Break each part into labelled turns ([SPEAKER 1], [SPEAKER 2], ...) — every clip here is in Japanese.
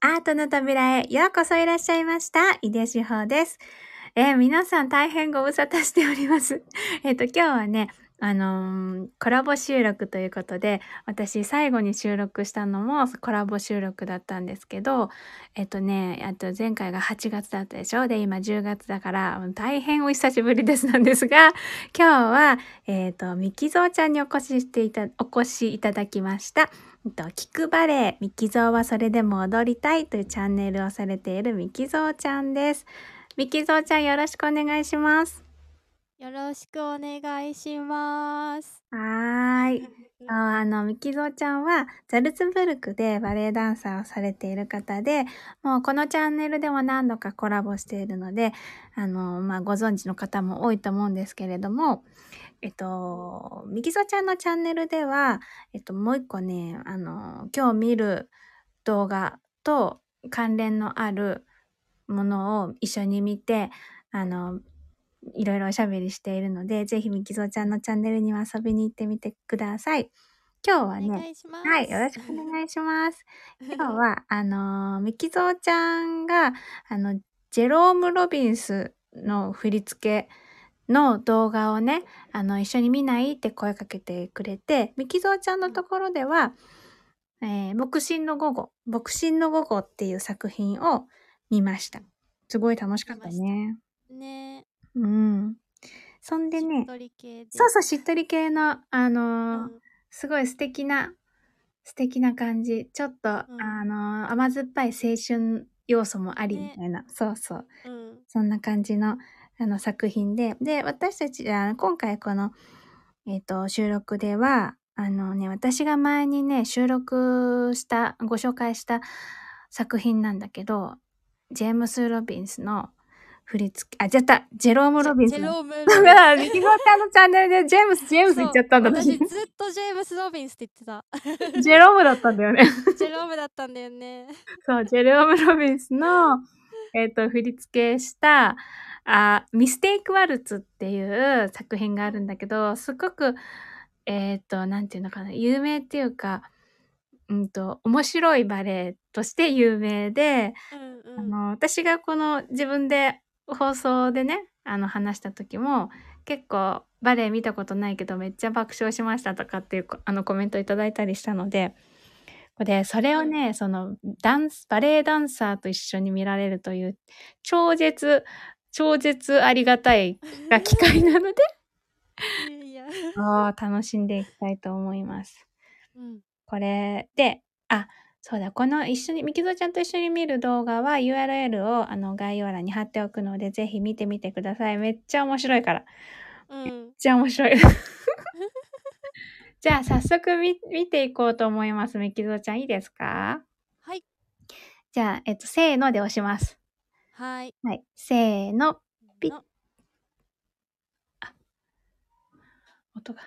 [SPEAKER 1] アートの扉へようこそいらっしゃいました。井出志保です。えー皆さん大変ご無沙汰しております。 えっと、今日はね、あのーコラボ収録ということで、私最後に収録したのもコラボ収録だったんですけど、えっとね、あと前回が8月だったでしょで、今10月だから、うん大変お久しぶりですなんですが、今日は、えっ、と、ミキゾーちゃんにお越ししていた、お越しいただきました。えっと、キクバレエ、ミキゾーはそれでも踊りたいというチャンネルをされているミキゾーちゃんです。ミキゾーちゃんよろしくお願いします。
[SPEAKER 2] よろしくお願いします。
[SPEAKER 1] はーい。ああの、ミキゾーちゃんは、ザルツブルクでバレエダンサーをされている方で、もうこのチャンネルでも何度かコラボしているので、あの、まあ、ご存知の方も多いと思うんですけれども、えっと、ミキゾーちゃんのチャンネルでは、えっと、もう一個ね、あの、今日見る動画と関連のあるものを一緒に見て、あの、いろいろおしゃべりしているので、ぜひみきぞちゃんのチャンネルにも遊びに行ってみてください。今日は
[SPEAKER 2] お
[SPEAKER 1] ね、
[SPEAKER 2] 願いします。
[SPEAKER 1] はい、よろし くお願いします。今日は、あのー、みきぞちゃんが、あの、ジェローム・ロビンスの振り付けの動画をね、あの、一緒に見ないって声かけてくれて、みきぞちゃんのところでは、えー、牧神の午後、牧神の午後っていう作品を見ました。すごい楽しかった
[SPEAKER 2] 見ま
[SPEAKER 1] ね。
[SPEAKER 2] ね
[SPEAKER 1] うん。そんで
[SPEAKER 2] しっ
[SPEAKER 1] ね、
[SPEAKER 2] とり系で。
[SPEAKER 1] そうそう、しっとり系の、あのー
[SPEAKER 2] ん
[SPEAKER 1] すごい素敵な、素敵な感じ。ちょっと、
[SPEAKER 2] ん
[SPEAKER 1] あのー甘酸っぱい青春要素もあり、み
[SPEAKER 2] ね
[SPEAKER 1] たいな、そうそう。
[SPEAKER 2] うん
[SPEAKER 1] そんな感じの、あの、作品で。で、私たち、あの今回この、えっ、と、収録では、あのね、私が前にね、収録した、ご紹介した作品なんだけど、ジェームス・ロビンスの振り付け、あ、じゃった、ジェローム・ロビン
[SPEAKER 2] ジ
[SPEAKER 1] ス
[SPEAKER 2] ェ
[SPEAKER 1] の
[SPEAKER 2] ロームロビン
[SPEAKER 1] ダ
[SPEAKER 2] ス。
[SPEAKER 1] メだ、ミキゾーちゃんのチャンネルでジェームス、ジェームス
[SPEAKER 2] そう
[SPEAKER 1] 言っちゃったんだ、
[SPEAKER 2] 私
[SPEAKER 1] 私
[SPEAKER 2] ず。っとジェームス・ロビンスって言ってた。
[SPEAKER 1] ジェロームだったんだよね。
[SPEAKER 2] ジェロームだったんだよね。
[SPEAKER 1] そう、ジェローム・ロビンスの、えっ、と、振り付けした、あ、ミステイク・ワルツっていう作品があるんだけど、すごく、えっ、と、なんていうのかな、有名っていうか、うんと、面白いバレエとして有名で、
[SPEAKER 2] うん
[SPEAKER 1] あ
[SPEAKER 2] うん。
[SPEAKER 1] の私がこの自分で放送でねあの話した時も結構バレエ見たことないけどめっちゃ爆笑しましたとかっていうこあのコメントいただいたりしたのでこれそれをねそのダンスバレエダンサーと一緒に見られるという超絶超絶ありがたいが機会なので
[SPEAKER 2] いやいや。
[SPEAKER 1] あー楽しんでいきたいと思います。
[SPEAKER 2] うん。
[SPEAKER 1] これで、あ、そうだ、この一緒に、みきぞちゃんと一緒に見る動画は URL をあの概要欄に貼っておくので、ぜひ見てみてください。めっちゃ面白いから。めっ
[SPEAKER 2] うん。
[SPEAKER 1] ちゃ面白い。じゃあ、早速見見ていこうと思います。みきぞちゃん、いいですか
[SPEAKER 2] はい。
[SPEAKER 1] じゃあ、えっと、せーので押します。
[SPEAKER 2] はい。
[SPEAKER 1] はい。せーの。ピッ
[SPEAKER 2] の
[SPEAKER 1] 音が。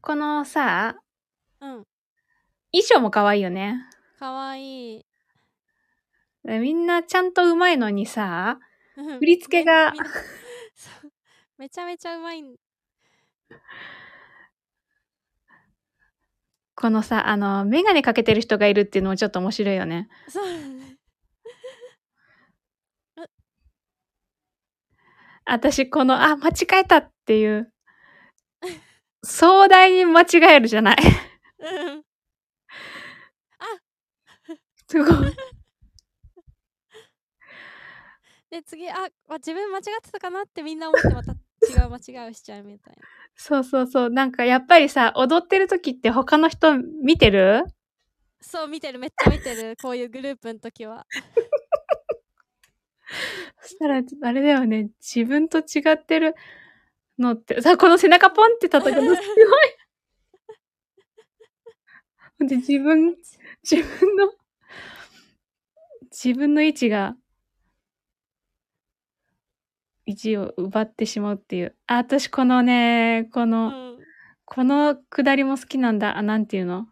[SPEAKER 1] このさ、
[SPEAKER 2] うん。
[SPEAKER 1] 衣装も可愛いよね。
[SPEAKER 2] かわいい。
[SPEAKER 1] みんなちゃんと上手いのにさ、
[SPEAKER 2] 振
[SPEAKER 1] 振り付け が
[SPEAKER 2] めちゃめちゃうまいん。
[SPEAKER 1] このさ、あの、メガネかけてる人がいるっていうのもちょっと面白いよね。
[SPEAKER 2] そうだね。
[SPEAKER 1] 私、この、あ、間違えたっていう、壮大に間違えるじゃない。
[SPEAKER 2] うん。
[SPEAKER 1] すごい。
[SPEAKER 2] で、次、あ、わ自分間違ってたかなってみんな思ってまた違う間違いをしちゃうみたいな。
[SPEAKER 1] そうそうそう。なんか、やっぱりさ、踊ってる時って他の人見てる
[SPEAKER 2] そう見てるめっちゃ見てるこういうグループの 時は
[SPEAKER 1] そしたら、あれだよね、自分と違ってるのって、さ、この背中ポンって叩くのすごい。で、自分、 自分の、自分の位置が、位置を奪ってしまうっていう。あ、私このね、こ
[SPEAKER 2] う
[SPEAKER 1] の、
[SPEAKER 2] ん
[SPEAKER 1] このくだりも好きなんだ。あ、なんていうの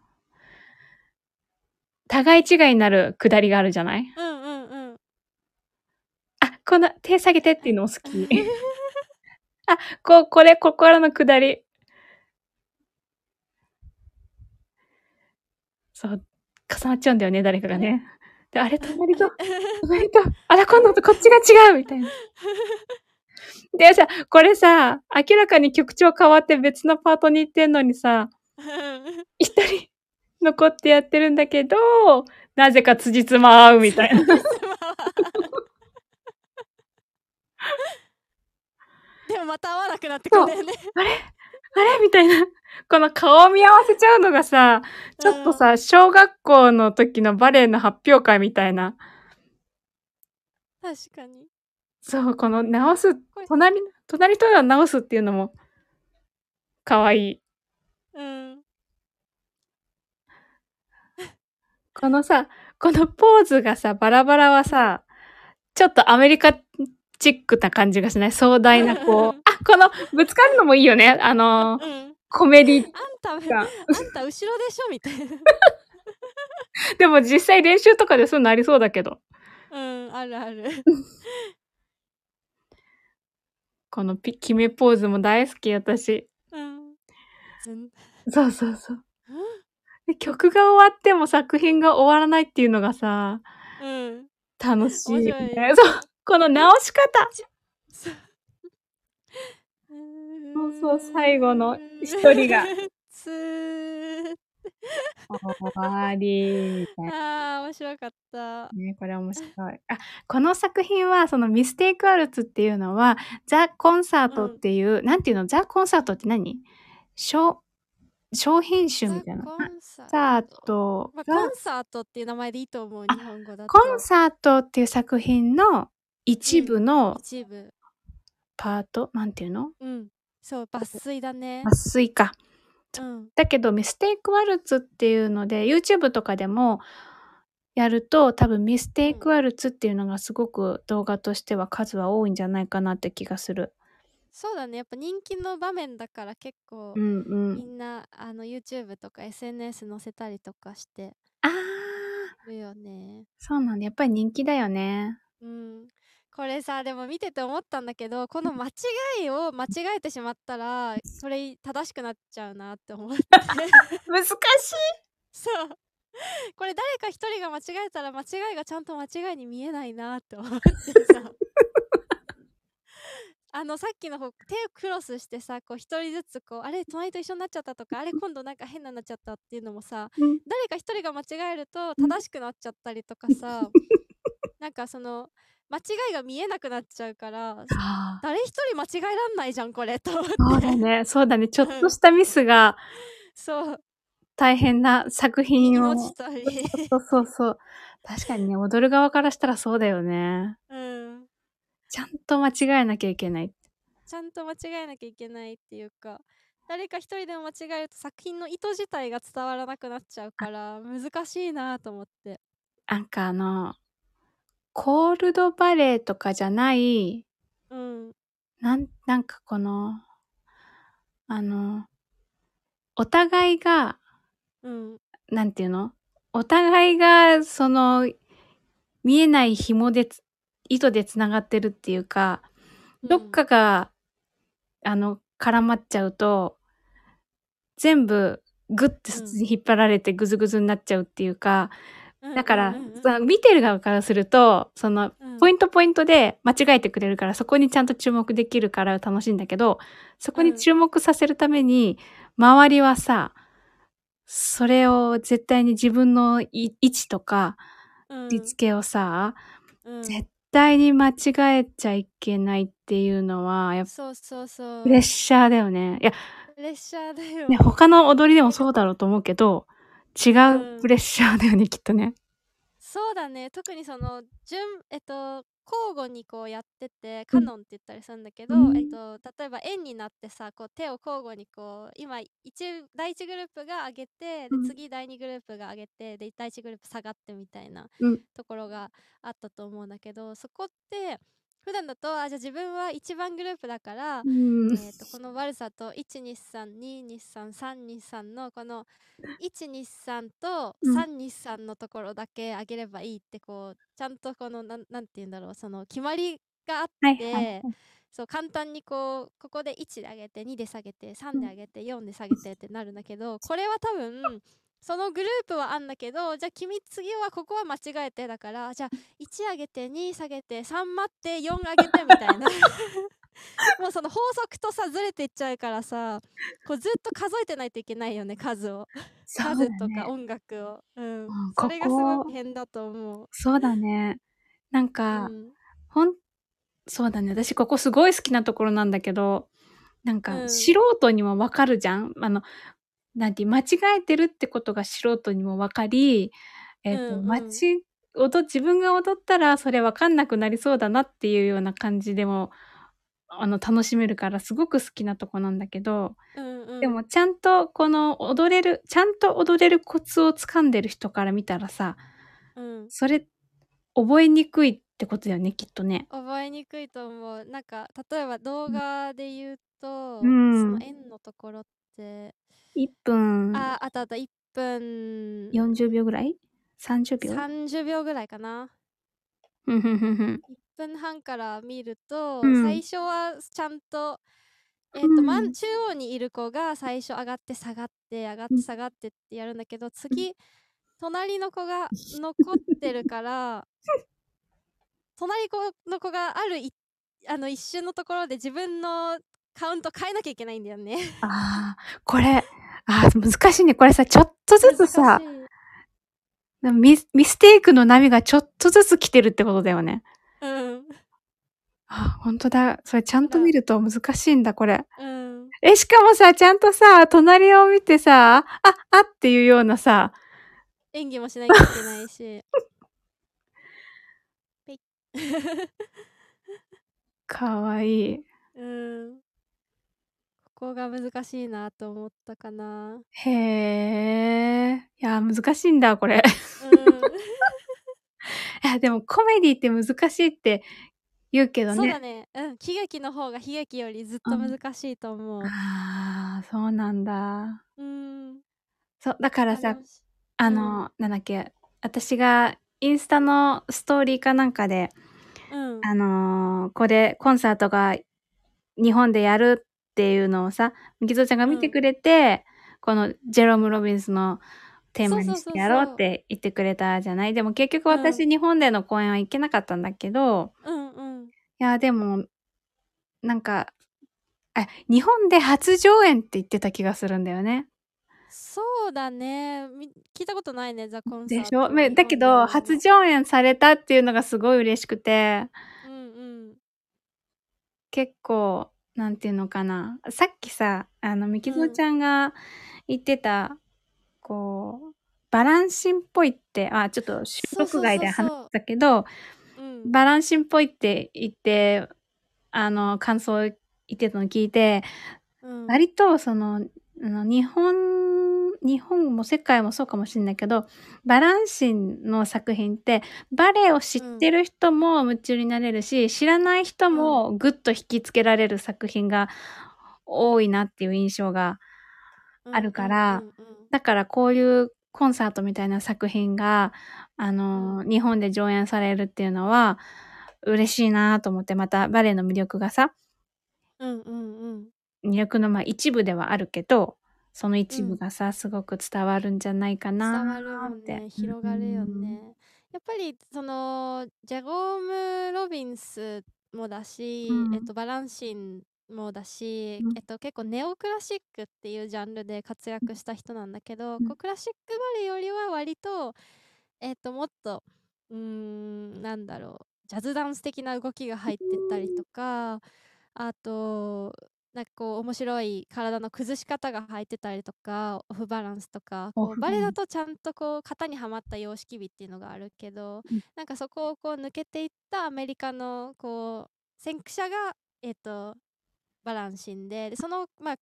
[SPEAKER 1] 互い違いになるくだりがあるじゃない
[SPEAKER 2] うんうんうん
[SPEAKER 1] あ、この手下げてっていうのも好 き。あ、こう、これ、ここからの下り。そう、重なっちゃうんだよね、誰かがね。で、あれ、隣と、隣と、あら、今度とこっちが違うみたいな。でさ、これさ、明らかに曲調変わって別のパートに行ってんのにさ、一人残ってやってるんだけど、なぜか辻褄合うみたいな。
[SPEAKER 2] でもまた会わなくなってくるんだよね。
[SPEAKER 1] あれみたいな。この顔を見合わせちゃうのがさ、ちょっとさ、小学校の時のバレエの発表会みたいな。
[SPEAKER 2] 確かに。
[SPEAKER 1] そう、この直す、隣、隣とは直すっていうのも、かわいい。
[SPEAKER 2] うん。
[SPEAKER 1] このさ、このポーズがさ、バラバラはさ、ちょっとアメリカチックな感じがしない壮大なこう。あ、この、ぶつかるのもいいよね。あの
[SPEAKER 2] う、ん。
[SPEAKER 1] コメディ
[SPEAKER 2] あんた、あん
[SPEAKER 1] 感。
[SPEAKER 2] た後ろでしょみたいな。
[SPEAKER 1] でも実際練習とかでそうなりそうだけど。
[SPEAKER 2] うん、あるある。
[SPEAKER 1] このピ決めポーズも大好き、私。
[SPEAKER 2] うん。ずん
[SPEAKER 1] そうそうそう。で曲が終わっても作品が終わらないっていうのがさ、
[SPEAKER 2] うん。
[SPEAKER 1] 楽しいよ
[SPEAKER 2] 面
[SPEAKER 1] ね
[SPEAKER 2] 白。い
[SPEAKER 1] そう。この直し方。
[SPEAKER 2] そう
[SPEAKER 1] そうそう最後の一人が。
[SPEAKER 2] つー
[SPEAKER 1] 終わり。みたいな
[SPEAKER 2] あー、面白かった。
[SPEAKER 1] ね、これ面白い。あ、この作品は、そのミステイクアルツっていうのは、ザ・コンサートっていう、なんていうのザ・コンサートって何商、商品集みたいな。
[SPEAKER 2] ザ
[SPEAKER 1] コ
[SPEAKER 2] コ
[SPEAKER 1] ン
[SPEAKER 2] ンサー
[SPEAKER 1] サート
[SPEAKER 2] まあ、コ
[SPEAKER 1] が
[SPEAKER 2] ン、サートっていう名前でいいと思う、
[SPEAKER 1] あ
[SPEAKER 2] 日本語だと。
[SPEAKER 1] コンサートっていう作品の一部の
[SPEAKER 2] 一部。
[SPEAKER 1] パート、なんていうの
[SPEAKER 2] うん。そう、抜粋だね。
[SPEAKER 1] 抜粋か。
[SPEAKER 2] うん。
[SPEAKER 1] だけど、ミステイクワルツっていうので、YouTube とかでもやると、多分ミステイクワルツっていうのがすごく動画としては数は多いんじゃないかなって気がする。
[SPEAKER 2] そうだね。やっぱ人気の場面だから結構
[SPEAKER 1] う、んう
[SPEAKER 2] み
[SPEAKER 1] ん。
[SPEAKER 2] んな、あの、YouTube とか SNS 載せたりとかして
[SPEAKER 1] あー、
[SPEAKER 2] るよね。
[SPEAKER 1] そうなんだ。やっぱり人気だよね。
[SPEAKER 2] うん。これさ、でも見てて思ったんだけど、この間違いを間違えてしまったら、それ正しくなっちゃうなって思って。
[SPEAKER 1] 難しい
[SPEAKER 2] そう。 これ誰か一人が間違えたら間違いがちゃんと間違いに見えないなって思ってさ。 あのさっきの方手をクロスしてさこう一人ずつこうあれ隣と一緒になっちゃったとかあれ今度なんか変なになっちゃったっていうのもさ
[SPEAKER 1] うん
[SPEAKER 2] 誰か一人が間違えると正しくなっちゃったりとか さなんかその間違いが見えなくなっちゃうから
[SPEAKER 1] あ
[SPEAKER 2] 誰一人間違えらんないじゃんこれと思って
[SPEAKER 1] ー そうだね。そうだね。ちょっとしたミスが
[SPEAKER 2] そう
[SPEAKER 1] 大変な作品を。
[SPEAKER 2] 落
[SPEAKER 1] そ
[SPEAKER 2] ちたり
[SPEAKER 1] うそうそうそう。確かにね、踊る側からしたらそうだよね。
[SPEAKER 2] うん
[SPEAKER 1] ちゃんと間違えなきゃいけない。
[SPEAKER 2] ちゃんと間違えなきゃいけないっていうか誰か一人でも間違えると作品の意図自体が伝わらなくなっちゃうから難しいなと思って
[SPEAKER 1] なんかあの、コールドバレーとかじゃない、
[SPEAKER 2] うん
[SPEAKER 1] なん、なんかこの、あの、お互いが、
[SPEAKER 2] うん
[SPEAKER 1] なんていうのお互いが、その、見えない紐でつ、糸でつながってるっていうか、どっかが、あの、絡まっちゃうと、全部、ぐってそっちに引っ張られてぐずぐずになっちゃうっていうか、
[SPEAKER 2] うん
[SPEAKER 1] だから
[SPEAKER 2] うんうんうん、
[SPEAKER 1] その見てる側からすると、その、
[SPEAKER 2] うん
[SPEAKER 1] ポイントポイントで間違えてくれるから、そこにちゃんと注目できるから楽しいんだけど、そこに注目させるために、周りはさ、それを絶対に自分のい位置とか、
[SPEAKER 2] うん
[SPEAKER 1] 位置付けをさ、
[SPEAKER 2] うん
[SPEAKER 1] 絶対に間違えちゃいけないっていうのは、やっぱ
[SPEAKER 2] そうそうそう
[SPEAKER 1] プレッシャーだよね。いや、
[SPEAKER 2] プレッシャーだよ、
[SPEAKER 1] ね、他の踊りでもそうだろうと思うけど、違うプレッシャーだよね、きっとね。
[SPEAKER 2] そうだね特にその順えっと交互にこうやっててカノンって言ったりするんだけど、
[SPEAKER 1] うん
[SPEAKER 2] えっと、例えば円になってさこう手を交互にこう今一第1グループが上げてで
[SPEAKER 1] うん
[SPEAKER 2] 次第2グループが上げてで第1グループ下がってみたいな
[SPEAKER 1] うん
[SPEAKER 2] ところがあったと思うんだけどそこって普段だとあじゃあ自分は1番グループだから、
[SPEAKER 1] うん
[SPEAKER 2] えー、とこの悪さと1232233223のこの123と
[SPEAKER 1] うん
[SPEAKER 2] 323のところだけ上げればいいってこうちゃんとこのなんなんて言うんだろうその決まりがあって、
[SPEAKER 1] はいはいはい
[SPEAKER 2] そう簡単にこうここで1で上げて2で下げて3で上げて4で下げてってなるんだけどこれは多分そのグループはあんだけどじゃあ君次はここは間違えてだからじゃあ1上げて2下げて3待って4上げてみたいな もうその法則とさずれていっちゃうからさこうずっと数えてないといけないよね数を、
[SPEAKER 1] そう
[SPEAKER 2] 数
[SPEAKER 1] だ
[SPEAKER 2] と
[SPEAKER 1] ね
[SPEAKER 2] か音楽を、うん
[SPEAKER 1] うん
[SPEAKER 2] それがす
[SPEAKER 1] こ
[SPEAKER 2] ご
[SPEAKER 1] こ
[SPEAKER 2] く変だと思う、
[SPEAKER 1] そうだねなん
[SPEAKER 2] う
[SPEAKER 1] か、
[SPEAKER 2] ん、
[SPEAKER 1] ほんそうだね私ここすごい好きなところなんだけどなん
[SPEAKER 2] う
[SPEAKER 1] か
[SPEAKER 2] ん
[SPEAKER 1] 素人にもわかるじゃん、あのなんていう間違えてるってことが素人にもわかり、えっと
[SPEAKER 2] うんうん
[SPEAKER 1] 間違踊自分が踊ったらそれわかんなくなりそうだなっていうような感じでもあの楽しめるからすごく好きなとこなんだけど、
[SPEAKER 2] うんうん
[SPEAKER 1] でもちゃんとこの踊れるちゃんと踊れるコツをつかんでる人から見たらさ
[SPEAKER 2] うん
[SPEAKER 1] それ覚えにくいってことだよねきっとね。
[SPEAKER 2] 覚えにくいと思うなんか例えば動画で言うと、
[SPEAKER 1] うん
[SPEAKER 2] その円のところって、
[SPEAKER 1] 1分
[SPEAKER 2] ああったあった1分
[SPEAKER 1] 40秒ぐらい ?30 秒
[SPEAKER 2] 30秒ぐらいかな
[SPEAKER 1] うんうんうん
[SPEAKER 2] 1分半から見ると、
[SPEAKER 1] うん
[SPEAKER 2] 最初はちゃんと,、えっ
[SPEAKER 1] う
[SPEAKER 2] と
[SPEAKER 1] ん
[SPEAKER 2] まん中央にいる子が最初上がって下がって上がって下がってってやるんだけど次隣の子が残ってるから隣子の子があるいあの一瞬のところで自分のカウント変えなきゃいけないんだよね。
[SPEAKER 1] ああ、これ、あー難しいね。これさ、ちょっとずつさ
[SPEAKER 2] 難、しい
[SPEAKER 1] ミスミステイクの波がちょっとずつ来てるってことだよね。
[SPEAKER 2] うん
[SPEAKER 1] あー、本当だ。それちゃんと見ると難しいんだ、これ。
[SPEAKER 2] うん
[SPEAKER 1] え、しかもさ、ちゃんとさ、隣を見てさ、あ、あっていうようなさ、
[SPEAKER 2] 演技もしなきゃいけな いし。ペイ
[SPEAKER 1] かわいい。
[SPEAKER 2] うん。ここが難しいなと思ったか な。
[SPEAKER 1] へえ。いやー、難しいんだ、これ。
[SPEAKER 2] う
[SPEAKER 1] いや、でもコメディって難しいって言うけどね。
[SPEAKER 2] ん、そうだね。うん、喜劇の方が悲劇よりずっと難しいと思う。
[SPEAKER 1] ああ、そうなんだ。
[SPEAKER 2] うん。
[SPEAKER 1] そう、だから
[SPEAKER 2] あ
[SPEAKER 1] さ
[SPEAKER 2] で、もし
[SPEAKER 1] あの、なんだっけ、私がインスタのストーリーかなんかで、
[SPEAKER 2] うん。
[SPEAKER 1] あのーこれコンサートが日本でやるっていうのをさ、みきぞちゃんが見てくれて、このジェロム・ロビンスのテーマ
[SPEAKER 2] そう
[SPEAKER 1] に
[SPEAKER 2] そう
[SPEAKER 1] し
[SPEAKER 2] そうそう
[SPEAKER 1] てやろうって言ってくれたじゃないでも結局私、
[SPEAKER 2] う
[SPEAKER 1] 日本での公演は行けなかったんだけど、
[SPEAKER 2] うんうん。
[SPEAKER 1] いや、でも、なんか、あ、日本で初上演って言ってた気がするんだよね。
[SPEAKER 2] そうだね。み聞いたことないね、ザ・コンサート。
[SPEAKER 1] でしょめだけど初
[SPEAKER 2] じ
[SPEAKER 1] 上演されたっていうのがすごい嬉しくて
[SPEAKER 2] うんうん。
[SPEAKER 1] 結構なんていうのかなさっきさあのみきぞちゃんが言ってた、こうバランシンっぽいってあちょっと収録外で
[SPEAKER 2] そうそう
[SPEAKER 1] 話
[SPEAKER 2] そうそう
[SPEAKER 1] したけど
[SPEAKER 2] うん。
[SPEAKER 1] バランシンっぽいって言ってあの感想言ってたの聞いて
[SPEAKER 2] うん、
[SPEAKER 1] 割とそのあの日本日本も世界もそうかもしれないけどバランシンの作品ってバレエを知ってる人も夢中になれるし、知らない人もグッと引きつけられる作品が多いなっていう印象が
[SPEAKER 2] うん
[SPEAKER 1] あるから
[SPEAKER 2] うんうん
[SPEAKER 1] だからこういうコンサートみたいな作品があの日本で上演されるっていうのは嬉しいなと思ってまたバレエの魅力がさ
[SPEAKER 2] うんうんうん
[SPEAKER 1] 魅力のまあ一部ではあるけどその一部がさ、すごく伝わるんじゃないかな
[SPEAKER 2] 伝わるもん
[SPEAKER 1] って
[SPEAKER 2] ね広がるよね、やっぱりそのジャゴーム・ロビンスもだし、
[SPEAKER 1] うん
[SPEAKER 2] えっと、バランシンもだし、
[SPEAKER 1] うん
[SPEAKER 2] えっと、結構ネオクラシックっていうジャンルで活躍した人なんだけど、
[SPEAKER 1] ん
[SPEAKER 2] こうクラシックバレエよりは割と,、えっともっとうーんなんだろうジャズダンス的な動きが入ってたりとかあとなんかこう面白い体の崩し方が入ってたりとかオフバランスとか
[SPEAKER 1] オ
[SPEAKER 2] こ
[SPEAKER 1] フ
[SPEAKER 2] う
[SPEAKER 1] バ
[SPEAKER 2] バ
[SPEAKER 1] ランス
[SPEAKER 2] レエだとちゃんとこう型にはまった様式美っていうのがあるけど、
[SPEAKER 1] うん
[SPEAKER 2] なんかそこをこう抜けていったアメリカのこう先駆者が、えっとバランシンででその、まあ、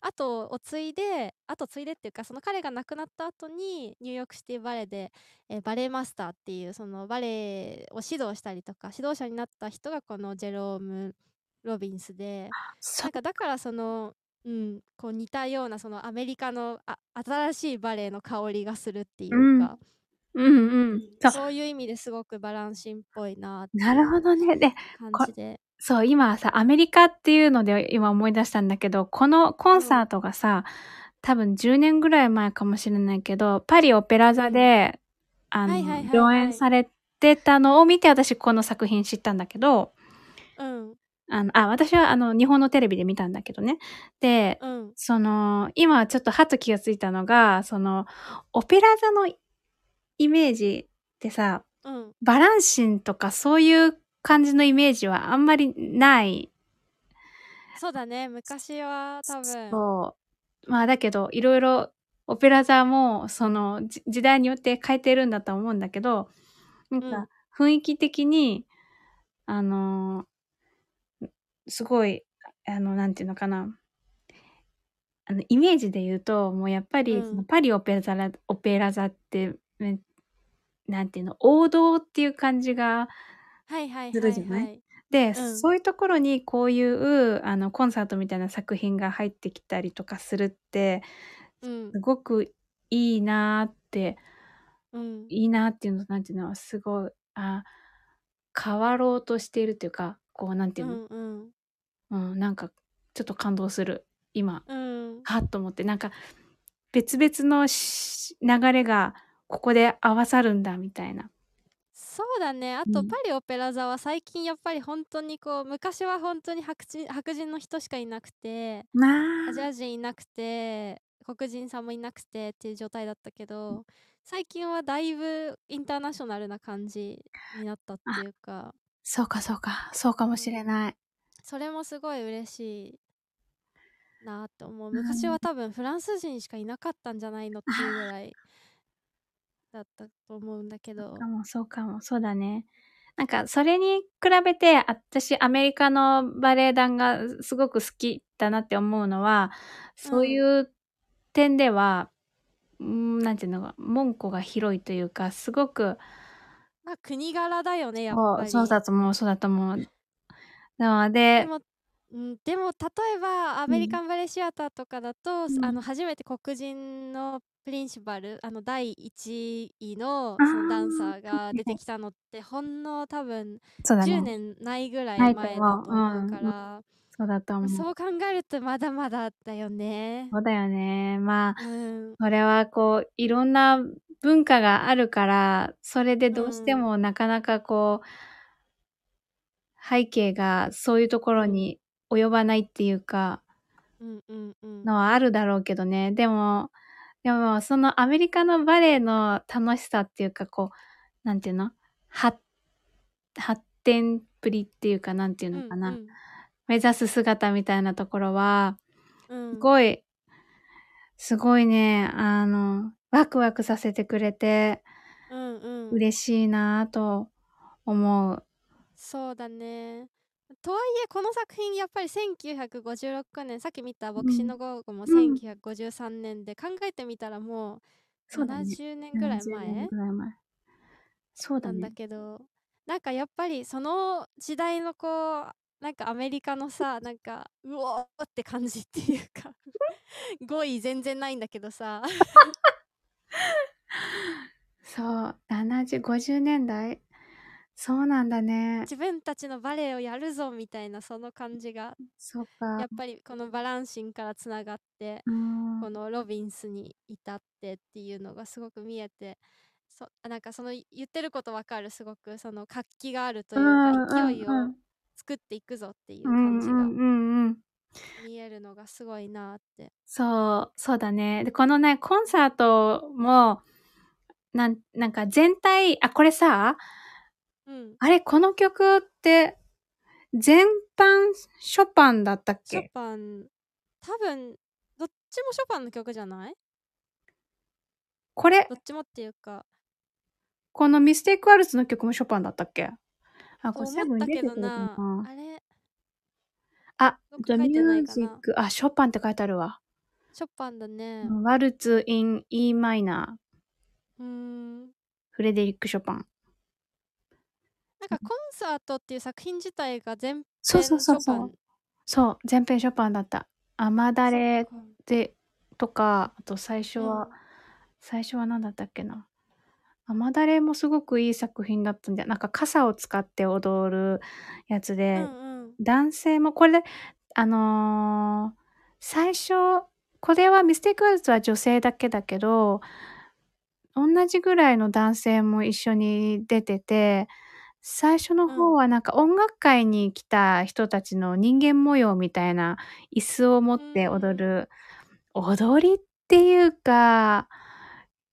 [SPEAKER 2] 後を継いで後継いでっていうかその彼が亡くなった後にニューヨークシティバレエで、えーバレエマスターっていうそのバレエを指導したりとか指導者になった人がこのジェローム・ロビンスで
[SPEAKER 1] そ
[SPEAKER 2] なんかだからその、うん、こう似たようなそのアメリカのあ新しいバレエの香りがするっていうか、
[SPEAKER 1] うんうんそう
[SPEAKER 2] そういう意味ですごくバランシンっぽいなってい
[SPEAKER 1] なるほ
[SPEAKER 2] う
[SPEAKER 1] どねで
[SPEAKER 2] 感
[SPEAKER 1] こ
[SPEAKER 2] じで。
[SPEAKER 1] そう今さアメリカっていうので今思い出したんだけどこのコンサートがさ、多分10年ぐらい前かもしれないけど、パリオペラ座で、あ
[SPEAKER 2] はいはいはいは
[SPEAKER 1] の、
[SPEAKER 2] い
[SPEAKER 1] 上演されてたのを見て、私この作品知ったんだけど、
[SPEAKER 2] うん
[SPEAKER 1] あの、あ、私はあの、日本のテレビで見たんだけどね。で、
[SPEAKER 2] うん
[SPEAKER 1] その、今ちょっとはっと気がついたのが、その、オペラ座のイメージってさ、
[SPEAKER 2] うん
[SPEAKER 1] バランシンとかそういう感じのイメージはあんまりない。
[SPEAKER 2] そうだね昔は多分
[SPEAKER 1] そう。まあだけど、いろいろオペラ座も、そのじ時代によって変えてるんだと思うんだけど、なんか雰囲気的に、あのーすごい、あの、なんていうのかな。あの、イメージで言うと、もうやっぱり、
[SPEAKER 2] うん
[SPEAKER 1] そのパリオペラ座ら、オペラ座って、めなんていうの、王道っていう感じが、
[SPEAKER 2] はいはい
[SPEAKER 1] ず
[SPEAKER 2] は
[SPEAKER 1] る
[SPEAKER 2] い
[SPEAKER 1] じゃ
[SPEAKER 2] は
[SPEAKER 1] ない
[SPEAKER 2] い
[SPEAKER 1] で、
[SPEAKER 2] ん
[SPEAKER 1] そういうところにこういうあのコンサートみたいな作品が入ってきたりとかするって
[SPEAKER 2] うん
[SPEAKER 1] すごくいいなーって
[SPEAKER 2] うん
[SPEAKER 1] いいなーっていうのなんていうのすごいあ変わろうとしているというかこうなんて
[SPEAKER 2] う
[SPEAKER 1] いうの、
[SPEAKER 2] んうん
[SPEAKER 1] うんなんかちょっと感動する今
[SPEAKER 2] うん
[SPEAKER 1] はっと思ってなんか別々のし流れがここで合わさるんだみたいな。
[SPEAKER 2] そうだねあ
[SPEAKER 1] う
[SPEAKER 2] と
[SPEAKER 1] ん
[SPEAKER 2] パリオペラ座は最近やっぱり本当にこう昔は本当に白人白人の人しかいなくて
[SPEAKER 1] な
[SPEAKER 2] アジア人いなくて黒人さんもいなくてっていう状態だったけど最近はだいぶインターナショナルな感じになったっていうか
[SPEAKER 1] そうかそうかそうかもしれない。
[SPEAKER 2] それもすごい嬉しいなと思う
[SPEAKER 1] うん
[SPEAKER 2] 昔は多分フランス人しかいなかったんじゃないのっていうぐ らいだったと思うんだけど
[SPEAKER 1] かもそうかもそうだねなんかそれに比べてあ私アメリカのバレエ団がすごく好きだなって思うのはそういう点では、うん、なんていうのか門戸が広いというかすごく
[SPEAKER 2] まあ国柄だよねやっ
[SPEAKER 1] そ
[SPEAKER 2] ぱ
[SPEAKER 1] う
[SPEAKER 2] り
[SPEAKER 1] そうだと思うそうだと思うなので
[SPEAKER 2] でも、うん、でも例えばアメリカンバレエシアターとかだと、
[SPEAKER 1] うん
[SPEAKER 2] あの初めて黒人のプリンシパルあの第1位の
[SPEAKER 1] あー
[SPEAKER 2] そのダンサーが出てきたのってほんの多分
[SPEAKER 1] そうだ
[SPEAKER 2] 10
[SPEAKER 1] ね
[SPEAKER 2] 年ないぐら
[SPEAKER 1] ないいと
[SPEAKER 2] 前だ
[SPEAKER 1] 思う
[SPEAKER 2] と思うか
[SPEAKER 1] うん
[SPEAKER 2] ら、
[SPEAKER 1] そうだと思うそ
[SPEAKER 2] そう考えるとまだまだだよね。
[SPEAKER 1] うだよねまあ
[SPEAKER 2] うん、
[SPEAKER 1] それはこういろんな文化があるからそれでどうしてもなかなかこう、背景がそういうところに及ばないっていうか
[SPEAKER 2] うん、うん、うん。
[SPEAKER 1] のはあるだろうけどねでもでもそのアメリカのバレエの楽しさっていうかこうなんていうの発発展っぷりっていうかなんていうのかな、
[SPEAKER 2] うん
[SPEAKER 1] 目指す姿みたいなところは
[SPEAKER 2] うん、
[SPEAKER 1] すごい、すごいね、あの、ワクワクさせてくれて、
[SPEAKER 2] うん、うん、うん。
[SPEAKER 1] 嬉しいなぁと思う。
[SPEAKER 2] そうだね。とはいえこの作品やっぱり1956年さっき見た「牧師の午後」も
[SPEAKER 1] うん
[SPEAKER 2] 1953年で考えてみたらもう
[SPEAKER 1] そうだね
[SPEAKER 2] 70年ぐらい
[SPEAKER 1] 70年
[SPEAKER 2] 前
[SPEAKER 1] ぐらい前そうだ
[SPEAKER 2] なんだ
[SPEAKER 1] ね。
[SPEAKER 2] けどなんかやっぱりその時代のこうなんかアメリカのさなんかうおーって感じっていうか 語彙全然ないんだけどさ
[SPEAKER 1] そう、70、50年代そうなんだね。
[SPEAKER 2] 自分たちのバレエをやるぞみたいなその感じが
[SPEAKER 1] そうか
[SPEAKER 2] やっ。ぱりこのバランシンからつながって
[SPEAKER 1] うん
[SPEAKER 2] このロビンスに至ってっていうのがすごく見えてそなんかその言ってることわかるすごくその活気があるというか勢いを作っていくぞっていう
[SPEAKER 1] うん
[SPEAKER 2] 感
[SPEAKER 1] う
[SPEAKER 2] じ
[SPEAKER 1] んうん
[SPEAKER 2] が
[SPEAKER 1] うんうん。
[SPEAKER 2] 見えるのがすごいなって
[SPEAKER 1] そう、そうだね。で、このね、コンサートも、なん、なんか全体、あ、これさ、
[SPEAKER 2] うん
[SPEAKER 1] あれ、この曲って、全般ショパンだったっ
[SPEAKER 2] ショ
[SPEAKER 1] け
[SPEAKER 2] パン多分どっちもショパンの曲じゃない
[SPEAKER 1] これ
[SPEAKER 2] ど、っちもっていうか
[SPEAKER 1] このミステイクワルツの曲もショパンだったっけあ、
[SPEAKER 2] と
[SPEAKER 1] これ
[SPEAKER 2] 思
[SPEAKER 1] 最後
[SPEAKER 2] っ
[SPEAKER 1] に
[SPEAKER 2] た
[SPEAKER 1] 出て
[SPEAKER 2] け
[SPEAKER 1] くる
[SPEAKER 2] ど
[SPEAKER 1] か
[SPEAKER 2] な
[SPEAKER 1] な。
[SPEAKER 2] あれ
[SPEAKER 1] あ、
[SPEAKER 2] よく
[SPEAKER 1] じゃあ
[SPEAKER 2] 書
[SPEAKER 1] ミ
[SPEAKER 2] いてな
[SPEAKER 1] ュ
[SPEAKER 2] い
[SPEAKER 1] ー
[SPEAKER 2] か
[SPEAKER 1] ジ
[SPEAKER 2] な
[SPEAKER 1] ック、あ、ショパンって書いてあるわ。
[SPEAKER 2] ショパンだね
[SPEAKER 1] ワルツ・イン・ E マイナー、
[SPEAKER 2] うーん
[SPEAKER 1] フレデリック・ショパン。
[SPEAKER 2] なんかコンサートっていう作品自体が全編
[SPEAKER 1] そうそうそう
[SPEAKER 2] シ
[SPEAKER 1] そ
[SPEAKER 2] ョパン
[SPEAKER 1] う。そう、全編ショパンだった。雨だれ
[SPEAKER 2] そっか
[SPEAKER 1] で、とか、あと最初は、
[SPEAKER 2] うん
[SPEAKER 1] 最初は何だったっけな。雨だれもすごくいい作品だったんじゃ、なんか傘を使って踊るやつで、
[SPEAKER 2] うんうん
[SPEAKER 1] 男性もこれあのー最初これはミステイクワールズは女性だけだけど同じぐらいの男性も一緒に出てて最初の方はなんか音楽会に来た人たちの人間模様みたいな椅子を持って踊る、踊りっていうか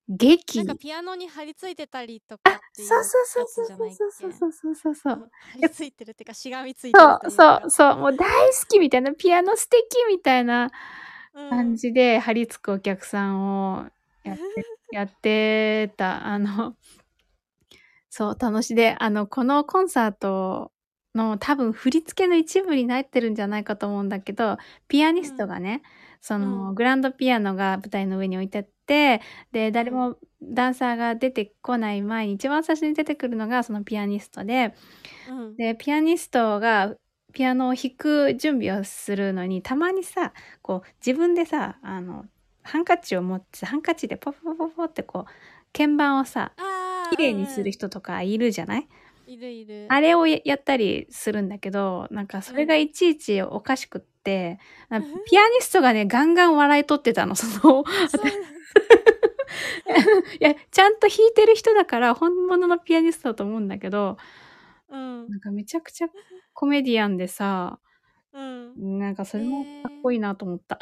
[SPEAKER 1] 劇
[SPEAKER 2] なんかピアノに張り付いてたりとかっていう
[SPEAKER 1] そうそうそうそう
[SPEAKER 2] や
[SPEAKER 1] そ
[SPEAKER 2] つじゃ
[SPEAKER 1] う
[SPEAKER 2] ないっけ
[SPEAKER 1] そうそうそうそうそう
[SPEAKER 2] うん張り付いてるっていうかしがみついてる
[SPEAKER 1] そうそうそうもう大好きみたいなピアノ素敵みたいな
[SPEAKER 2] う
[SPEAKER 1] 感じで張り付くお客さんをやってやってたあのそう楽しいであのこのコンサートの多分振り付けの一部になってるんじゃないかと思うんだけどピアニストがね、その、
[SPEAKER 2] うん
[SPEAKER 1] グランドピアノが舞台の上に置いてあってで誰もダンサーが出てこない前に一番最初に出てくるのがそのピアニストで、
[SPEAKER 2] うん
[SPEAKER 1] でピアニストがピアノを弾く準備をするのにたまにさこう自分でさあのハンカチを持ってハンカチでポポポポポってこう鍵盤をさ
[SPEAKER 2] あー
[SPEAKER 1] 綺麗にする人とかいるじゃない、
[SPEAKER 2] うんうんいるいる
[SPEAKER 1] あれをややったりするんだけどなんかそれがいちいちおかしくって、あ
[SPEAKER 2] うん
[SPEAKER 1] ピアニストがねガンガン笑い取ってたのその
[SPEAKER 2] そう
[SPEAKER 1] いやちゃんと弾いてる人だから本物のピアニストだと思うんだけど
[SPEAKER 2] うん
[SPEAKER 1] なんかめちゃくちゃコメディアンでさ
[SPEAKER 2] うん
[SPEAKER 1] なんかそれも
[SPEAKER 2] へー
[SPEAKER 1] かっこいいなと思った。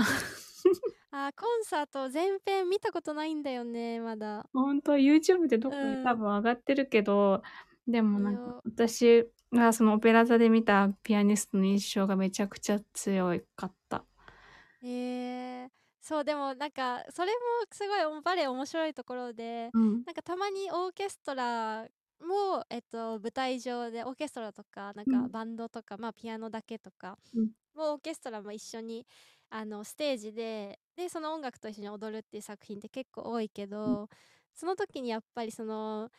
[SPEAKER 2] あーコンサート全編見たことないんだよねまだ
[SPEAKER 1] 本当 YouTube でどっか
[SPEAKER 2] う
[SPEAKER 1] に
[SPEAKER 2] ん
[SPEAKER 1] 多分上がってるけど、でもなん
[SPEAKER 2] いや
[SPEAKER 1] か私がそのオペラ座で見たピアニストの印象がめちゃくちゃ強かった。
[SPEAKER 2] えー、そうでもなんかそれもすごいおバレエ面白いところで
[SPEAKER 1] うん、
[SPEAKER 2] なんかたまにオーケストラも、えっと、舞台上でオーケストラとかなん
[SPEAKER 1] う
[SPEAKER 2] か
[SPEAKER 1] ん
[SPEAKER 2] バンドとか、まあ、ピアノだけとか、
[SPEAKER 1] うん
[SPEAKER 2] もうオーケストラも一緒にあのステージででその音楽と一緒に踊るっていう作品って結構多いけど、その時にやっぱりその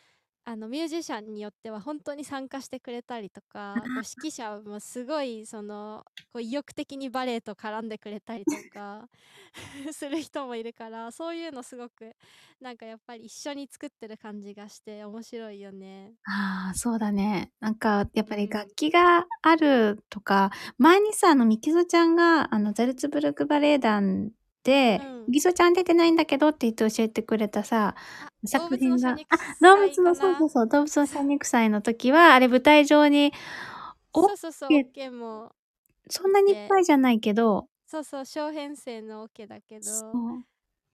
[SPEAKER 2] あのミュージシャンによっては本当に参加してくれたりとかこう指揮者もすごいそのこう意欲的にバレエと絡んでくれたりとか する人もいるからそういうのすごくなんかやっぱり一緒に作ってる感じがして面白いよね。
[SPEAKER 1] ああそうだねなんかやっぱ
[SPEAKER 2] う
[SPEAKER 1] り
[SPEAKER 2] ん
[SPEAKER 1] 楽器があるとか、前にさあのミキゾちゃんがあのザルツブルクバレエ団で、
[SPEAKER 2] うん
[SPEAKER 1] ミキゾちゃん出てないんだけどって言って教えてくれたさ
[SPEAKER 2] あ
[SPEAKER 1] 作品が
[SPEAKER 2] 動物の
[SPEAKER 1] 動物の
[SPEAKER 2] 社肉祭か
[SPEAKER 1] そう
[SPEAKER 2] な
[SPEAKER 1] そうそう動物の三肉祭の時はあれ舞台上にお
[SPEAKER 2] そうそうそう、
[SPEAKER 1] オ
[SPEAKER 2] オ
[SPEAKER 1] ッ
[SPEAKER 2] ッケーも。
[SPEAKER 1] そんなにいっぱいじゃないけど、
[SPEAKER 2] そうそう、小編成のオッケーだけど。
[SPEAKER 1] そう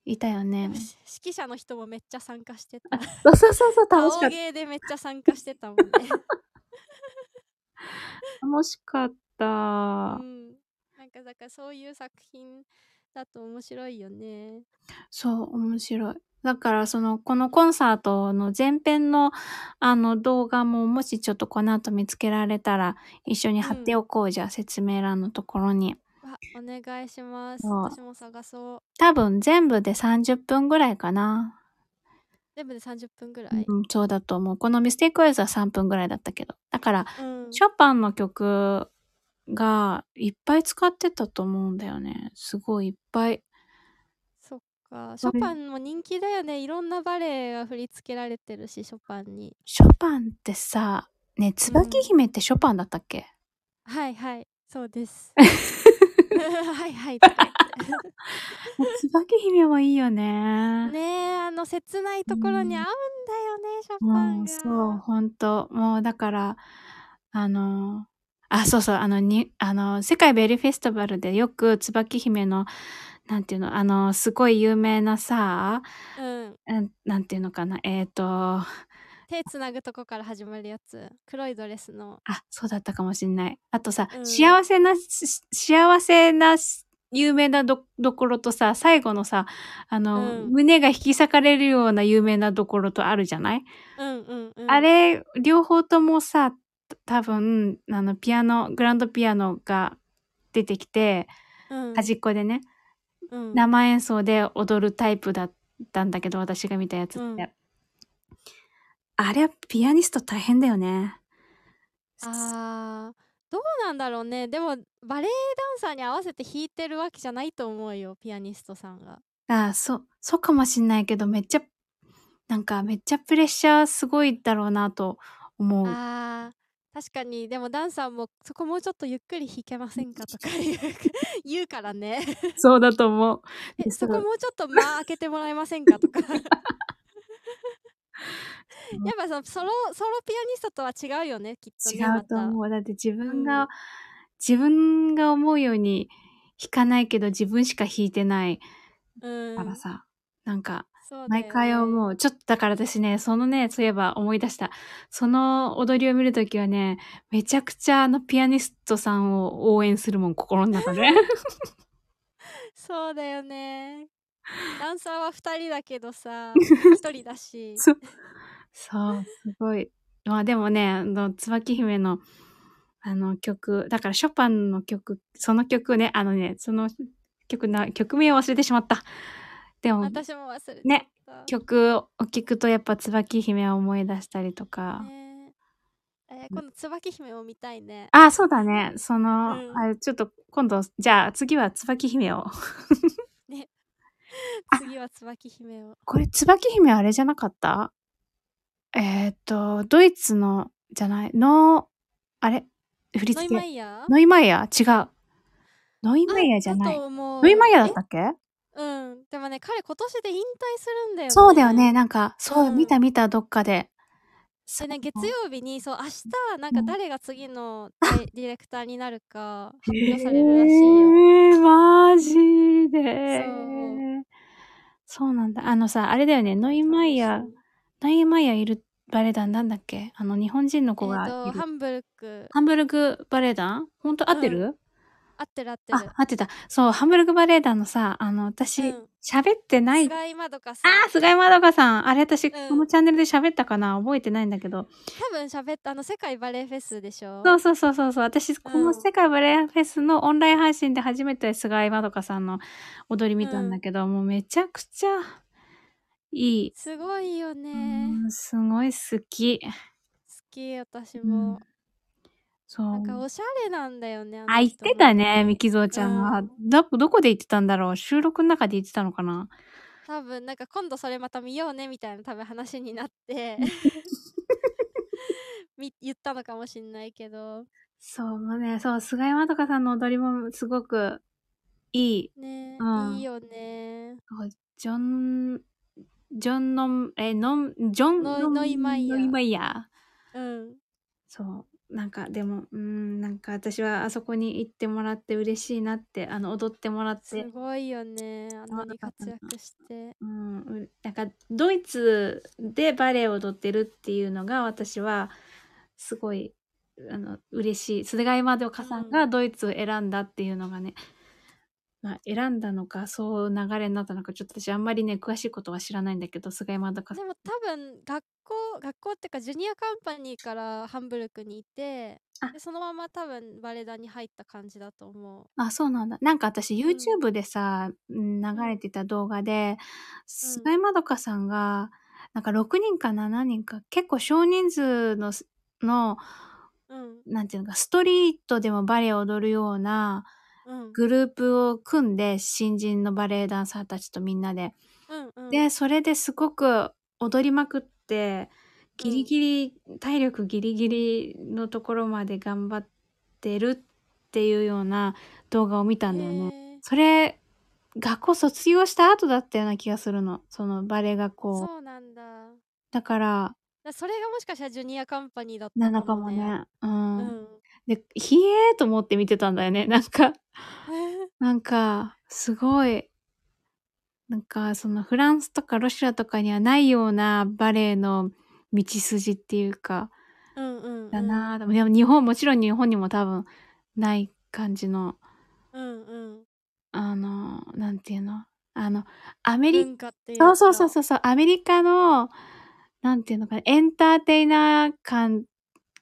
[SPEAKER 1] いたよ
[SPEAKER 2] で
[SPEAKER 1] ね
[SPEAKER 2] も。し指揮者の人もめっちゃ参加して た。
[SPEAKER 1] そうそうそうそう楽しか
[SPEAKER 2] 顔
[SPEAKER 1] っ
[SPEAKER 2] 芸でめっちゃ参加してたもん ね。
[SPEAKER 1] た。楽しかった
[SPEAKER 2] う。ん。なんかだからそういう作品だと面白いよね。
[SPEAKER 1] そう面白い。だからそのこのコンサートの前編のあの動画ももしちょっとこの後見つけられたら一緒に貼っておこう、じゃあ説明欄のところに。
[SPEAKER 2] わお願いします。
[SPEAKER 1] そう
[SPEAKER 2] 私も探そう。
[SPEAKER 1] 多分全部で30分ぐらいかな。
[SPEAKER 2] 全部で30分ぐらい。
[SPEAKER 1] うん、そうだと思う。このミステイクワイズは3分ぐらいだったけど。だから
[SPEAKER 2] うん。
[SPEAKER 1] ショパンの曲がいっぱい使ってたと思うんだよね。すごいいっぱい。
[SPEAKER 2] そっか。シ
[SPEAKER 1] それ
[SPEAKER 2] ョパンも人気だよね。いろんなバレエが振り付けられてるし、ショパンに。
[SPEAKER 1] ショパンってさ、ねえ、椿姫ってショパンだったっけ、
[SPEAKER 2] はいはい。そうです。 はいはい。とか言って
[SPEAKER 1] 椿姫もいいよね。
[SPEAKER 2] ねえあの切ないところに合うんだよね、ショパン
[SPEAKER 1] もう
[SPEAKER 2] が。
[SPEAKER 1] そう、ほんと。もうだから、あの、あ、そうそう、あの、にあの世界ベリーフェスティバルでよく椿姫の、なんていうの、あの、すごい有名なさ、
[SPEAKER 2] うん、
[SPEAKER 1] うんなんていうのかな、えっ、と、
[SPEAKER 2] 手つなぐとこから始まるやつ黒いドレスの
[SPEAKER 1] あ、そうだったかもしんない。あとさ、
[SPEAKER 2] うん
[SPEAKER 1] 幸せなし、し幸せなし、有名など、どころとさ、最後のさ、あの、
[SPEAKER 2] うん
[SPEAKER 1] 胸が引き裂かれるような有名などころとあるじゃない、
[SPEAKER 2] うんうんうん
[SPEAKER 1] あれ、両方ともさ、多分、あの、ピアノ、グランドピアノが出てきて、
[SPEAKER 2] うん
[SPEAKER 1] 端っこでね、
[SPEAKER 2] うん
[SPEAKER 1] 生演奏で踊るタイプだったんだけど、私が見たやつって。
[SPEAKER 2] うん
[SPEAKER 1] あれはピアニスト大変だよね。
[SPEAKER 2] あーどうなんだろうねでもバレエダンサーに合わせて弾いてるわけじゃないと思うよピアニストさんが
[SPEAKER 1] ああ、そう、そうかもしんないけど、めっちゃ、なんかめっちゃプレッシャーすごいだろうなと思う。
[SPEAKER 2] あー確かにでもダンさんもそこもうちょっとゆっくり弾けませんかとか言う 言うからね
[SPEAKER 1] そうだと思う。
[SPEAKER 2] え
[SPEAKER 1] で
[SPEAKER 2] そこ
[SPEAKER 1] そう
[SPEAKER 2] もうちょっと間開けてもらえませんかと かやっぱそのソロソロピアニストとは違うよねきっとね
[SPEAKER 1] 違うと
[SPEAKER 2] ま
[SPEAKER 1] 思う。だって自分が、
[SPEAKER 2] うん
[SPEAKER 1] 自分が思うように弾かないけど自分しか弾いてない
[SPEAKER 2] たうん
[SPEAKER 1] からさ、なんか
[SPEAKER 2] そうだよ
[SPEAKER 1] 毎
[SPEAKER 2] ね
[SPEAKER 1] 回思う。ちょっとだから私ね、そのね、そういえば思い出した。その踊りを見るときはね、めちゃくちゃあのピアニストさんを応援するもん、心の中で。
[SPEAKER 2] そうだよねダンサーは2人だけ どさ1人だし
[SPEAKER 1] そうそう、すごい。まあでもね、あの、椿姫の、あの曲、だからショパンの曲、その曲ね、あのね、その曲な、曲名を忘れてしまった。でも、
[SPEAKER 2] 私も忘れて
[SPEAKER 1] ね、
[SPEAKER 2] た、
[SPEAKER 1] 曲を聴くとやっぱ椿姫を思い出したりとか。
[SPEAKER 2] ねえー今度椿姫を見たいね
[SPEAKER 1] あ、そうだね。その、
[SPEAKER 2] うん
[SPEAKER 1] あちょっと今度、じゃあ次は椿姫を。
[SPEAKER 2] 次は椿姫を
[SPEAKER 1] これ、椿姫あれじゃなかったえーっと、ドイツの、じゃない、の、あれ振り
[SPEAKER 2] ノ
[SPEAKER 1] 付
[SPEAKER 2] イ
[SPEAKER 1] け。
[SPEAKER 2] マイヤー
[SPEAKER 1] ノイマイヤー違う。ノイマイヤーじゃな
[SPEAKER 2] あだ
[SPEAKER 1] い。
[SPEAKER 2] と思う
[SPEAKER 1] ノイマイヤーだったっけ、
[SPEAKER 2] えうんでもね彼今年で引退するんだよね
[SPEAKER 1] そうだよね。なんか、そう、
[SPEAKER 2] うん
[SPEAKER 1] 見た見た、どっかで。
[SPEAKER 2] でね、月曜日にそう明日なん
[SPEAKER 1] う
[SPEAKER 2] か
[SPEAKER 1] ん
[SPEAKER 2] 誰が次のディディレクターになるか発表されるらしい
[SPEAKER 1] え
[SPEAKER 2] よ。
[SPEAKER 1] ー、マジで
[SPEAKER 2] そう。
[SPEAKER 1] そうなんだ。あのさ、あれだよね。ノイマイヤー、ノイマイヤーいるバレエ団なんだっけあの、日本人の子
[SPEAKER 2] そうそう
[SPEAKER 1] が
[SPEAKER 2] え
[SPEAKER 1] いる。
[SPEAKER 2] ーとハンブルク
[SPEAKER 1] ハンブルグバレエ団本当合ってる、
[SPEAKER 2] うん合ってる合って
[SPEAKER 1] あ、合ってた。そう、ハンブルグバレエ団のさ、あの、私、
[SPEAKER 2] る。うん。
[SPEAKER 1] 喋ってない。
[SPEAKER 2] 菅井まどかさん。
[SPEAKER 1] あー、菅井まどかさん。あれ、私、
[SPEAKER 2] ん
[SPEAKER 1] このチャンネルで喋ったかな覚えてないんだけど。
[SPEAKER 2] 多分喋ったあの世界バレエフェスでしょ。
[SPEAKER 1] そうそうそうそうそう。私、こ
[SPEAKER 2] う
[SPEAKER 1] の
[SPEAKER 2] ん
[SPEAKER 1] 世界バレエフェスのオンライン配信で初めて菅井まどかさんの踊り見たんだけど、もうめちゃくちゃいい。
[SPEAKER 2] すごいよね。
[SPEAKER 1] うんすごい好き。
[SPEAKER 2] 好き私
[SPEAKER 1] うん
[SPEAKER 2] も、
[SPEAKER 1] そう。
[SPEAKER 2] なんかおしゃれなんだよね。の人
[SPEAKER 1] あ、言ってたね、
[SPEAKER 2] 本当
[SPEAKER 1] ミ
[SPEAKER 2] に
[SPEAKER 1] キゾーちゃんは。
[SPEAKER 2] うん
[SPEAKER 1] ど、どこで言ってたんだろう収録の中で言ってたのかな
[SPEAKER 2] 多分なんか今度それまた見ようねみたいな多分話になって み言ったのかもしんないけど
[SPEAKER 1] そう、もうね、そう、菅井まどかさんの踊りもすごくいい。
[SPEAKER 2] ね、
[SPEAKER 1] うん
[SPEAKER 2] いいよね
[SPEAKER 1] ジョン、ジョンノン、え、ノン、ジョン
[SPEAKER 2] ノイ
[SPEAKER 1] ン
[SPEAKER 2] ノイマイヤー
[SPEAKER 1] ノイマイヤー。
[SPEAKER 2] うん
[SPEAKER 1] そう。なんかでも、うん、なんか私はあそこに行ってもらって嬉しいなって、あの、踊ってもらっ
[SPEAKER 2] す
[SPEAKER 1] て、
[SPEAKER 2] ごいよねあんなに
[SPEAKER 1] そう
[SPEAKER 2] 活
[SPEAKER 1] だった
[SPEAKER 2] 躍して
[SPEAKER 1] うん、うなんかドイツでバレエを踊ってるっていうのが私はすごい、あの、嬉しい。菅井まどかさんが
[SPEAKER 2] うん
[SPEAKER 1] ドイツを選んだっていうのがね、まあ、選んだのか、そう流れになったのか、ちょっと私あんまりね、詳しいことは知らないんだけど、菅井まどかさ
[SPEAKER 2] で
[SPEAKER 1] ん。
[SPEAKER 2] も多分学校学校っていうかジュニアカンパニーからハンブルクにいて
[SPEAKER 1] あ
[SPEAKER 2] でそのまま多分バレエ団に入った感じだと思う
[SPEAKER 1] あ、そうなんだ。なんか私
[SPEAKER 2] ん
[SPEAKER 1] YouTube でさ、うん流れてた動画で、菅井まどかさんが、なんか6人か7人か、結構少人数のす、の、
[SPEAKER 2] うん
[SPEAKER 1] なんていうのか、ストリートでもバレエを踊るような
[SPEAKER 2] うん
[SPEAKER 1] グループを組んで、新人のバレエダンサーたちとみんなで。
[SPEAKER 2] うんうん
[SPEAKER 1] で、それですごく踊りまくって、ギリギリ、体力ギリギリのところまで頑張ってるっていうような動画を見たんだよね。
[SPEAKER 2] へー
[SPEAKER 1] それ学校卒業した後だったような気がするのそのバレエ学校
[SPEAKER 2] そうなんだだか
[SPEAKER 1] だから
[SPEAKER 2] らそれがもしかしたらジュニアカンパニーだった
[SPEAKER 1] なの
[SPEAKER 2] か
[SPEAKER 1] か
[SPEAKER 2] も
[SPEAKER 1] も
[SPEAKER 2] ね
[SPEAKER 1] ねうん、
[SPEAKER 2] うん
[SPEAKER 1] でひえーと思って見てたんだよねなんか なんかすごいなんかそのフランスとかロシアとかにはないようなバレエの道筋っていうか
[SPEAKER 2] うんうんうん
[SPEAKER 1] だなあでもでも日本もちろん日本にも多分ない感じの
[SPEAKER 2] うんうん
[SPEAKER 1] あのなんていうのあのアメリカ
[SPEAKER 2] 文化っていう
[SPEAKER 1] そう
[SPEAKER 2] か
[SPEAKER 1] そうそうそうそうアメリカのなんていうのかなエンターテイナー感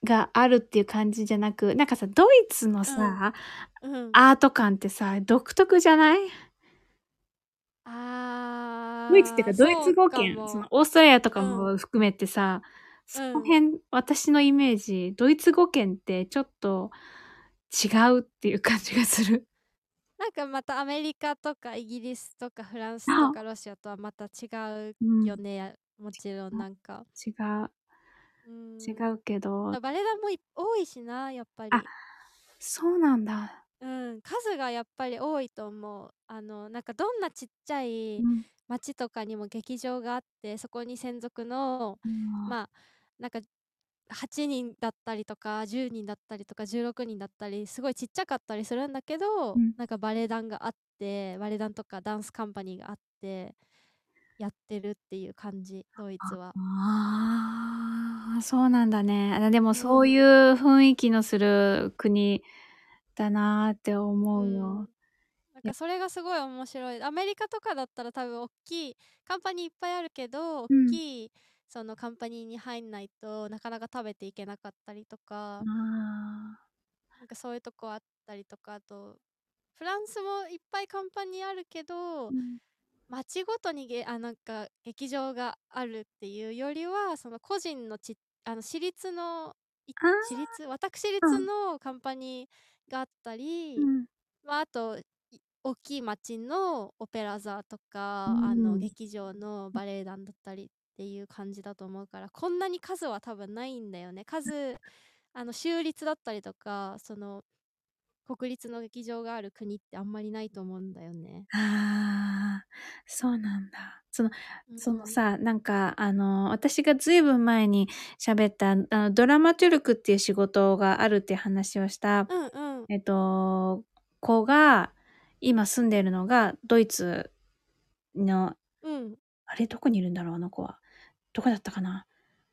[SPEAKER 1] があるっていう感じじゃなくなんかさドイツのさ、
[SPEAKER 2] うん
[SPEAKER 1] アート感ってさ独特じゃない
[SPEAKER 2] あー
[SPEAKER 1] ドイツっていうかドイツ語
[SPEAKER 2] そう
[SPEAKER 1] 圏
[SPEAKER 2] かも
[SPEAKER 1] そのオーストラリアとか
[SPEAKER 2] う
[SPEAKER 1] も含めてさ、
[SPEAKER 2] うん
[SPEAKER 1] その辺、私のイメージドイツ語圏ってちょっと違うっていう感じがする。
[SPEAKER 2] なんかまたアメリカとかイギリスとかフランスとかロシアとはまた違
[SPEAKER 1] うん
[SPEAKER 2] う
[SPEAKER 1] 違
[SPEAKER 2] よ
[SPEAKER 1] う
[SPEAKER 2] ね、もちろんなんか、うん
[SPEAKER 1] 違うけど
[SPEAKER 2] バレエ団もい多いしなやっぱり
[SPEAKER 1] あそうなんだ、
[SPEAKER 2] うん数がやっぱり多いと思うあのなんかどんなちっちゃい
[SPEAKER 1] うん
[SPEAKER 2] 町とかにも劇場があってそこに専属の
[SPEAKER 1] あ
[SPEAKER 2] まあなんか8人だったりとか10人だったりとか16人だったりすごいちっちゃかったりするんだけど、
[SPEAKER 1] うん
[SPEAKER 2] なんかバレエ団があってバレエ団とかダンスカンパニーがあってやってるっていう感じドイツは。
[SPEAKER 1] あーそうなんだねあでもそういう雰囲気のする国だなーって思うよ、
[SPEAKER 2] うんなんかそれがすごい面白いアメリカとかだったら多分大きいカンパニーいっぱいあるけど大
[SPEAKER 1] うん
[SPEAKER 2] きいそのカンパニーに入んないとなかなか食べていけなかったりと
[SPEAKER 1] あ
[SPEAKER 2] か、なんかそういうとこあったりとかあとフランスもいっぱいカンパニーあるけ
[SPEAKER 1] ー
[SPEAKER 2] ど
[SPEAKER 1] うん
[SPEAKER 2] 町ごとにげあなんか劇場があるっていうよりはその個人のちあの私立のい
[SPEAKER 1] あー
[SPEAKER 2] 私立私
[SPEAKER 1] う
[SPEAKER 2] 立
[SPEAKER 1] ん
[SPEAKER 2] のカンパニーがあったり、
[SPEAKER 1] うん
[SPEAKER 2] まあ、あとい大きい町のオペラ座とか、
[SPEAKER 1] うん
[SPEAKER 2] あの劇場のバレエ団だったりっていう感じだと思うからこんなに数は多分ないんだよね数あの州立だったりとかその国立の劇場がある国ってあんまりないと思うんだよね。
[SPEAKER 1] あーそうなんだその
[SPEAKER 2] うん
[SPEAKER 1] その、さなんかあの私がずいぶん前に喋ったあのドラマトゥルクっていう仕事があるっていう話をした、
[SPEAKER 2] うんうん
[SPEAKER 1] えっと、子が今住んでるのがドイツの
[SPEAKER 2] うん
[SPEAKER 1] あれどこにいるんだろうあの子はどこだったかな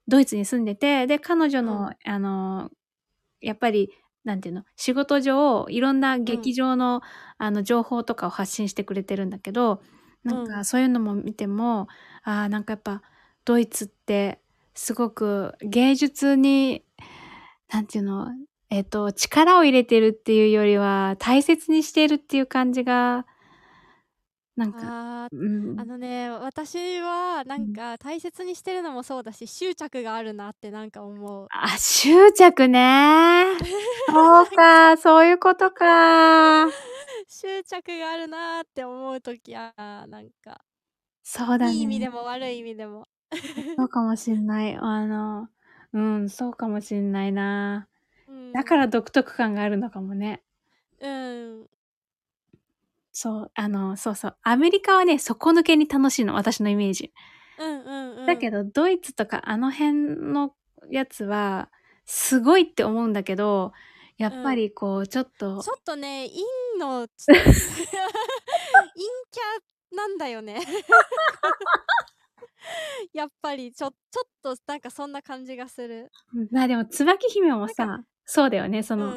[SPEAKER 1] ドイツに住んでてで彼女の、あのやっぱりなんていうの仕事上いろんな劇場の,、あの情報とかを発信してくれてるんだけどなん
[SPEAKER 2] う
[SPEAKER 1] か
[SPEAKER 2] ん
[SPEAKER 1] そういうのも見ても、あーなんかやっぱドイツってすごく芸術になんていうのえっ、と力を入れてるっていうよりは大切にしてるっていう感じがなんか、
[SPEAKER 2] あー
[SPEAKER 1] うん
[SPEAKER 2] あのね私はなんか大切にしてるのもそうだし執着があるなってなんか思う。
[SPEAKER 1] あ、執着ね。そう か、そういうことか。
[SPEAKER 2] 執着があるなーって思う時はなんか
[SPEAKER 1] そうだね。
[SPEAKER 2] いい意味でも悪い意味でも
[SPEAKER 1] そうかもしんない。あの、うん、そうかもしんないな。
[SPEAKER 2] うん
[SPEAKER 1] だから独特感があるのかもね。
[SPEAKER 2] うん
[SPEAKER 1] そう、あの、そうそう。アメリカはね、底抜けに楽しいの、私のイメージ。
[SPEAKER 2] うんうんうん
[SPEAKER 1] だけど、ドイツとかあの辺のやつは、すごいって思うんだけど、やっぱりこう、ちょっと、
[SPEAKER 2] ちょっとね陰 の陰キャなんだよね やっぱりちょちょっとなんかそんな感じがする
[SPEAKER 1] まあでも、椿姫も
[SPEAKER 2] な
[SPEAKER 1] さ、そうだよね、その、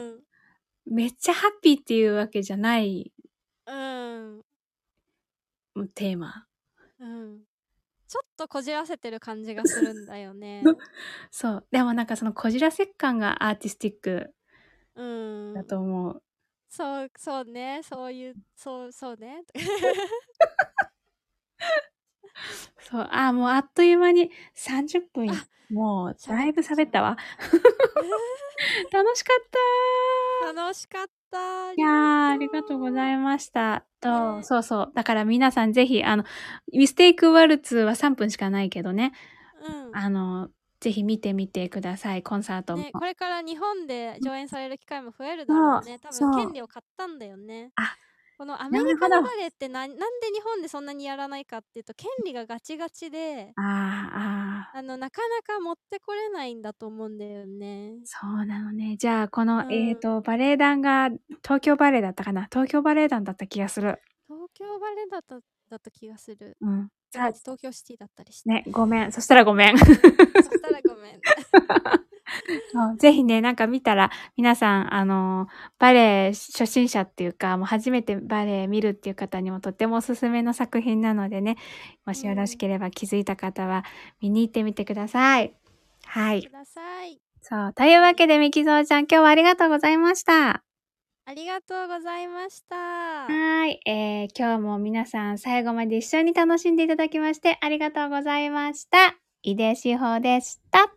[SPEAKER 1] めっちゃハッピーっていうわけじゃない
[SPEAKER 2] うんうん
[SPEAKER 1] テーマ。
[SPEAKER 2] うんちょっとこじらせてる感じがするんだ よね
[SPEAKER 1] そう。でもなんかそのこじらせ感がアーティスティック
[SPEAKER 2] うん
[SPEAKER 1] だと思う。
[SPEAKER 2] そうそうねそういうそうそうね
[SPEAKER 1] そう。あーもうあっという間に30分
[SPEAKER 2] あ。
[SPEAKER 1] もう
[SPEAKER 2] 喋っ
[SPEAKER 1] だいぶ喋ったわ。 楽しかった
[SPEAKER 2] 楽しかった
[SPEAKER 1] ー。いやー、ありがとうございました。と、
[SPEAKER 2] ね
[SPEAKER 1] そうそう。だから皆さんぜひ、あの、ミステイクワルツは3分しかないけどね。
[SPEAKER 2] うん
[SPEAKER 1] あの、ぜひ見てみてください。コンサートも。
[SPEAKER 2] ね、これから日本で上演される機会も増えるだろうね。多
[SPEAKER 1] そう
[SPEAKER 2] 分権利を買ったんだよね。
[SPEAKER 1] あ
[SPEAKER 2] このア
[SPEAKER 1] な
[SPEAKER 2] メ
[SPEAKER 1] る
[SPEAKER 2] リ
[SPEAKER 1] ほ
[SPEAKER 2] カ
[SPEAKER 1] ど
[SPEAKER 2] のバレエってななんで日本でそんなにやらないかっていうと権利がガチガチで
[SPEAKER 1] あー、あー。
[SPEAKER 2] あのなかなか持ってこれないんだと思うんだよね。
[SPEAKER 1] そうなのね。じゃあ、この、
[SPEAKER 2] うん
[SPEAKER 1] えっ、と、バレエ団が、東京バレエだったかな東京バレエ団だった気がする。
[SPEAKER 2] 東京バレエだっただった気がする。
[SPEAKER 1] うん。じゃあ、
[SPEAKER 2] 東京シティだったりして。
[SPEAKER 1] ね、ごめん。そしたらごめん。
[SPEAKER 2] そしたらごめん。
[SPEAKER 1] そう ぜひね、なんか見たら、皆さん、あのーバレエ初心者っていうか、もう初めてバレエ見るっていう方にもとってもおすすめの作品なのでね、もしよろしければ気づいた方は、見に行ってみてください。はい
[SPEAKER 2] く。ださい。
[SPEAKER 1] そう。というわけで、みきぞうちゃん、今日はありがとうございました。
[SPEAKER 2] ありがとうございました。
[SPEAKER 1] はい、えー今日も皆さん最後まで一緒に楽しんでいただきましてありがとうございました。井出志保でした。